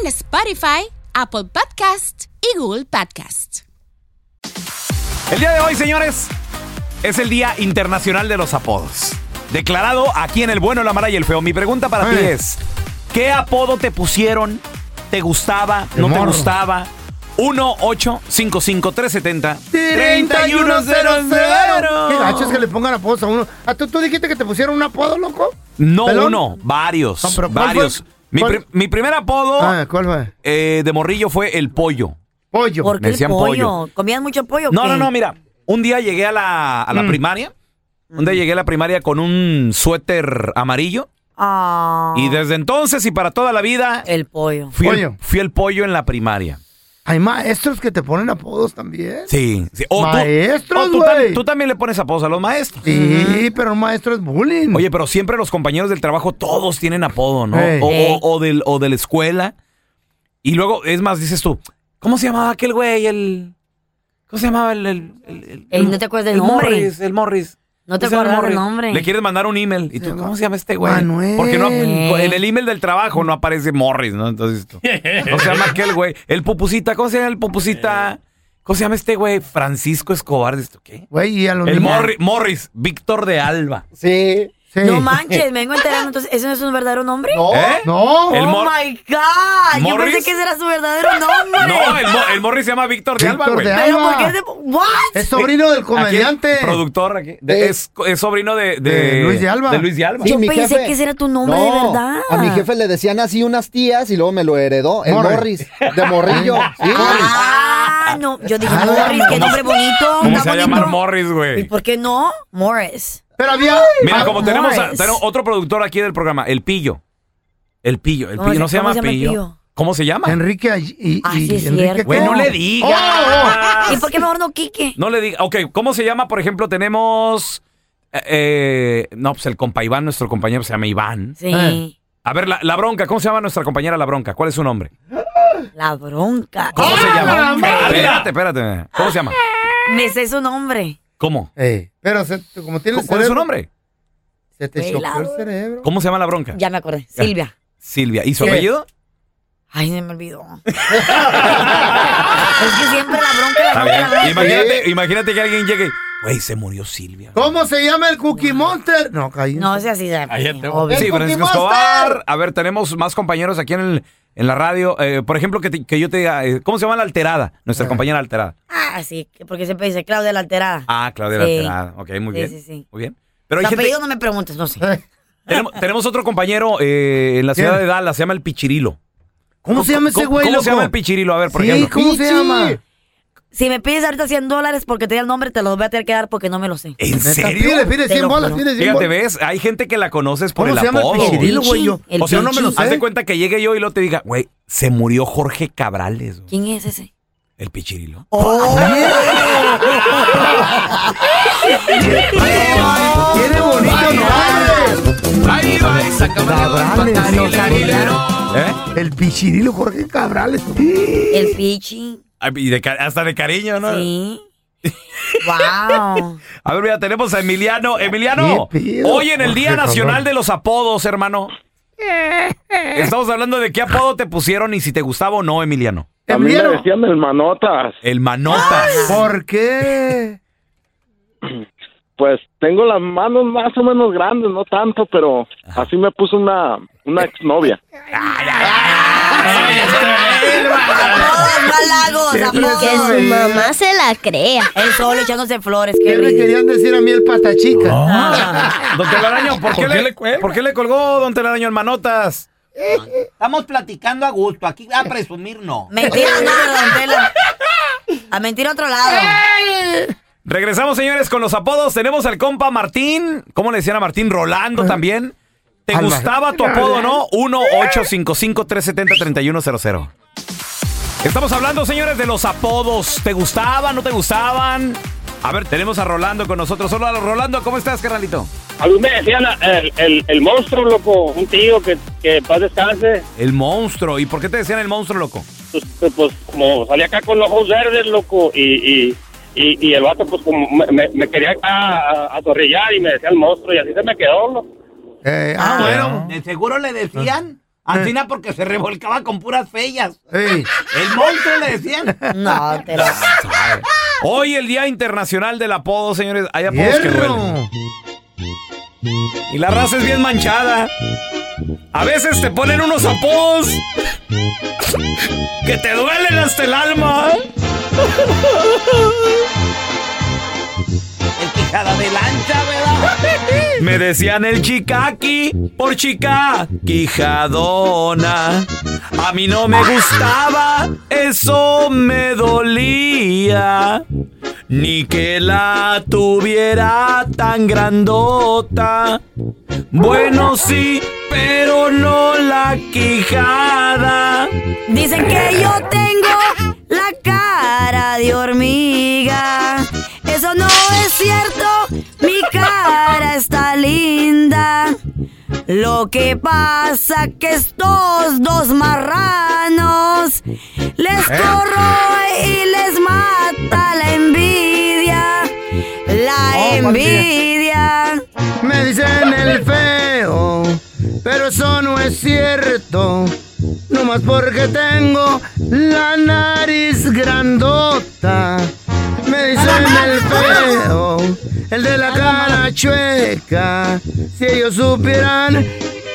en Spotify, Apple Podcast y Google Podcast. El día de hoy, señores, es el Día Internacional de los Apodos. Declarado aquí en El Bueno, la Mara y el Feo. Mi pregunta para ti Eh. es: ¿qué apodo te pusieron? ¿Te gustaba? De ¿No te morro. gustaba? 1 855 370 Qué gacho es que le pongan apodos a uno. ¿A tú, tú dijiste que te pusieron un apodo, loco? No ¿Pelón? uno, varios. No, pero ¿cuál varios. fue? Mi, ¿Cuál? pri- mi primer apodo Ah, ¿cuál fue? eh, de morrillo fue el pollo. Pollo. ¿Por qué Me el decían pollo? ¿Comían mucho pollo? o No, qué? no, no, mira. Un día llegué a la, Mm. a la primaria. Un Mm. día llegué a la primaria con un suéter amarillo. Ah, Y desde entonces y para toda la vida el pollo. fui, Pollo. El, fui el pollo en la primaria. Hay maestros que te ponen apodos también. Sí. sí. O tú- Maestros, o tú, tam- güey. tú también le pones apodos a los maestros. Sí, pero un maestro es bullying. Oye, pero siempre los compañeros del trabajo todos tienen apodo, ¿no? Ey. O, Ey. o- o del, o de la escuela. Y luego, es más, dices tú, ¿cómo se llamaba aquel güey? El. ¿Cómo se llamaba el. el, el- el- Ey, no te acuerdas del el nombre. Morris, el Morris. No te ¿Cómo se llama acuerdas del Morris? nombre. Le quieres mandar un email. ¿Y tú, cómo se llama este güey? Manuel. Porque no, en el email del trabajo no aparece Morris, ¿no? Entonces, tú, ¿cómo se llama aquel güey? El pupusita, ¿cómo se llama el pupusita? ¿Cómo se llama este güey? Francisco Escobar. Dices tú, ¿Qué? Güey, y a los El niños- Morri- Morris, Víctor de Alba. Sí. sí. No manches, me vengo enterando. Entonces, ¿eso no es un verdadero nombre? No. ¿Eh? No. El oh Mor- my God. Yo Morris. pensé que ese era su verdadero nombre. No, el, Mo- el Morris se llama Víctor de Alba, Víctor güey. de Pero Alba. ¿por qué es de. ¿What? Es sobrino del comediante. Aquí el productor aquí. De- De- es, es sobrino de, de Luis de Alba. de Luis de Alba. Yo pensé que ese era tu nombre de verdad. A mi jefe le decían así unas tías y luego me lo heredó. El Morris. Morris, de morrillo. Sí. Ah, no. Yo dije, Ah, Morris, qué ¿cómo nombre bonito. ¿Cómo está se va a llamar bonito. Morris, ¿Y güey? por qué no? Morris. Pero había. Mira, Ah, como tenemos, a- Morris. tenemos otro productor aquí del programa, el Pillo. El Pillo, el ¿Cómo Pillo. se- No se cómo llama se llama el Pillo. Pillo? ¿Cómo se llama? Enrique y- y. Ah, y- sí es Enrique, cierto. ¿qué? Güey, no le Oh, digas. ¿Y por qué mejor no Quique? No le digas. Ok, ¿cómo se llama? Por ejemplo, tenemos... eh, no, pues el compa Iván, nuestro compañero se llama Iván. Sí, Eh. A ver, la, la bronca, ¿cómo se llama nuestra compañera la bronca? ¿Cuál es su nombre? la bronca. ¿Cómo se ¡Ah, la llama? madre! Espérate, espérate. ¿Cómo se llama? Me sé su nombre. ¿Cómo? Ey, pero se- como tienes. ¿Cuál es su nombre? Se te Güey, chocó la- el cerebro. ¿Cómo se llama la bronca? Ya me acordé. Ya. Silvia. Silvia. ¿Y su ¿Qué? apellido? Ay, se me olvidó. es que siempre la bronca, la Está bronca, la bien. bronca. Imagínate, imagínate que alguien llegue. y, Güey, se murió Silvia. ¿Cómo se llama el Cookie Monster? No, caí. No, o sea, así se obvio. Sí, ¡El Francisco Cookie Escobar. Monster! A ver, tenemos más compañeros aquí en, el- en la radio. Eh, por ejemplo, que, te- que yo te diga, eh, ¿cómo se llama la alterada? Nuestra compañera alterada. Ah, sí, que- porque siempre dice Claudia la alterada. Ah, Claudia la Sí. alterada. Ok, muy Sí, bien. sí, sí. Muy bien. Pero hay Su gente- apellido no me preguntes, no sé. Eh, tenemos, tenemos otro compañero eh, en la ciudad ¿Quién? de Dallas, se llama el Pichirilo. ¿Cómo se llama ese güey, ¿Cómo se loco? llama el Pichirilo? A ver, por Sí, ejemplo. ¿cómo se Pichi. llama? Si me pides ahorita 100 dólares porque te di el nombre, te los voy a tener que dar porque no me lo sé. ¿En Neta, serio? Pide, pide Te 100 lo bolas, juro. pide 100 Fíjate, bolas. ves, hay gente que la conoces por ¿Cómo el se llama el apodo. pichirilo, güey? Yo. ¿eh? El O sea, no me lo pichi. Haz de sé. cuenta que llegue yo y lo te diga, güey, se murió Jorge Cabrales. güey. ¿Quién es ese? El pichirilo. ¡Oh! Tiene bonito nombre. Cabrales, no, Cabrales. ¿Eh? El pichirilo Jorge Cabrales. El pichi. Ay, ¿Eh? y de ca- hasta de cariño, ¿no? Sí. wow. A ver, mira, tenemos a Emiliano. Emiliano, ¿Qué pido? hoy en el Jorge Día Nacional Cabrales. de los Apodos, hermano. Estamos hablando de qué apodo te pusieron y si te gustaba o no, Emiliano. A mí me Emiliano, decían el manotas. El Manotas. ¿por qué? Pues tengo las manos más o menos grandes, no tanto, pero así me puso una, una exnovia. halagos, amor. Que su mamá se la crea. Él solo echándose flores. Qué ¿Qué le rico. Ah, querían decir a mí el pata chica? Don Telaraño, ¿por, qué, le, eh? ¿por qué le colgó Don Telaraño en manotas? Estamos platicando a gusto. Aquí a presumir no. Mentira, no, don Tela. A mentir a otro lado. Regresamos, señores, con los apodos. Tenemos al compa Martín. ¿Cómo le decían a Martín? Rolando también. ¿Te Al Mar- gustaba tu apodo, no? 1-855-370-3100. Estamos hablando, señores, de los apodos. ¿Te gustaban? ¿No te gustaban? A ver, tenemos a Rolando con nosotros. Hola, Rolando, ¿cómo estás, carnalito? A mí me decían el, el, el monstruo, loco, un tío que, que paz descanse. El monstruo. ¿Y por qué te decían el monstruo, loco? Pues, pues, como salía acá con los ojos verdes, loco, y, y, y, y el vato, pues como me, me- me quería acá a- atorrillar y me decía el monstruo, y así se me quedó, loco. Eh, ah, bueno. De seguro le decían. eh. Antina porque se revolcaba con puras fellas. Ey. El monstruo le decían. No, Tela. Hoy el Día Internacional del Apodo, señores. Hay apodos que duelen. Hierro. Y la raza es bien manchada. A veces te ponen unos apodos que te duelen hasta el alma. El quijada de lancha, ¿verdad? Me decían el chiqui por chica quijadona. A mí no me gustaba, eso me dolía. Ni que la tuviera tan grandota. Bueno, sí, pero no la quijada. Dicen que yo tengo la cara de hormiga. Eso no es cierto, mi cara está linda. Lo que pasa que estos dos marranos les corroe y les mata la envidia. La envidia. Me dicen el feo, pero eso no es cierto. No más porque tengo la nariz grandota. Me dicen el feo, el de la cara chueca. Si ellos supieran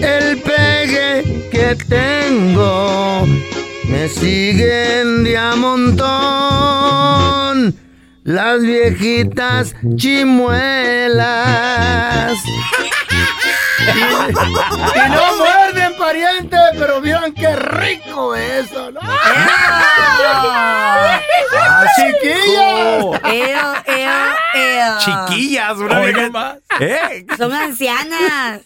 el pegue que tengo, me siguen de a montón. Las viejitas chimuelas. Y no muerden, pariente, pero vieron qué rico eso, ¿no? ¡Ah, chiquillas! Eo, eo, eo. Chiquillas, una vieja- ¿Eh? Son ancianas.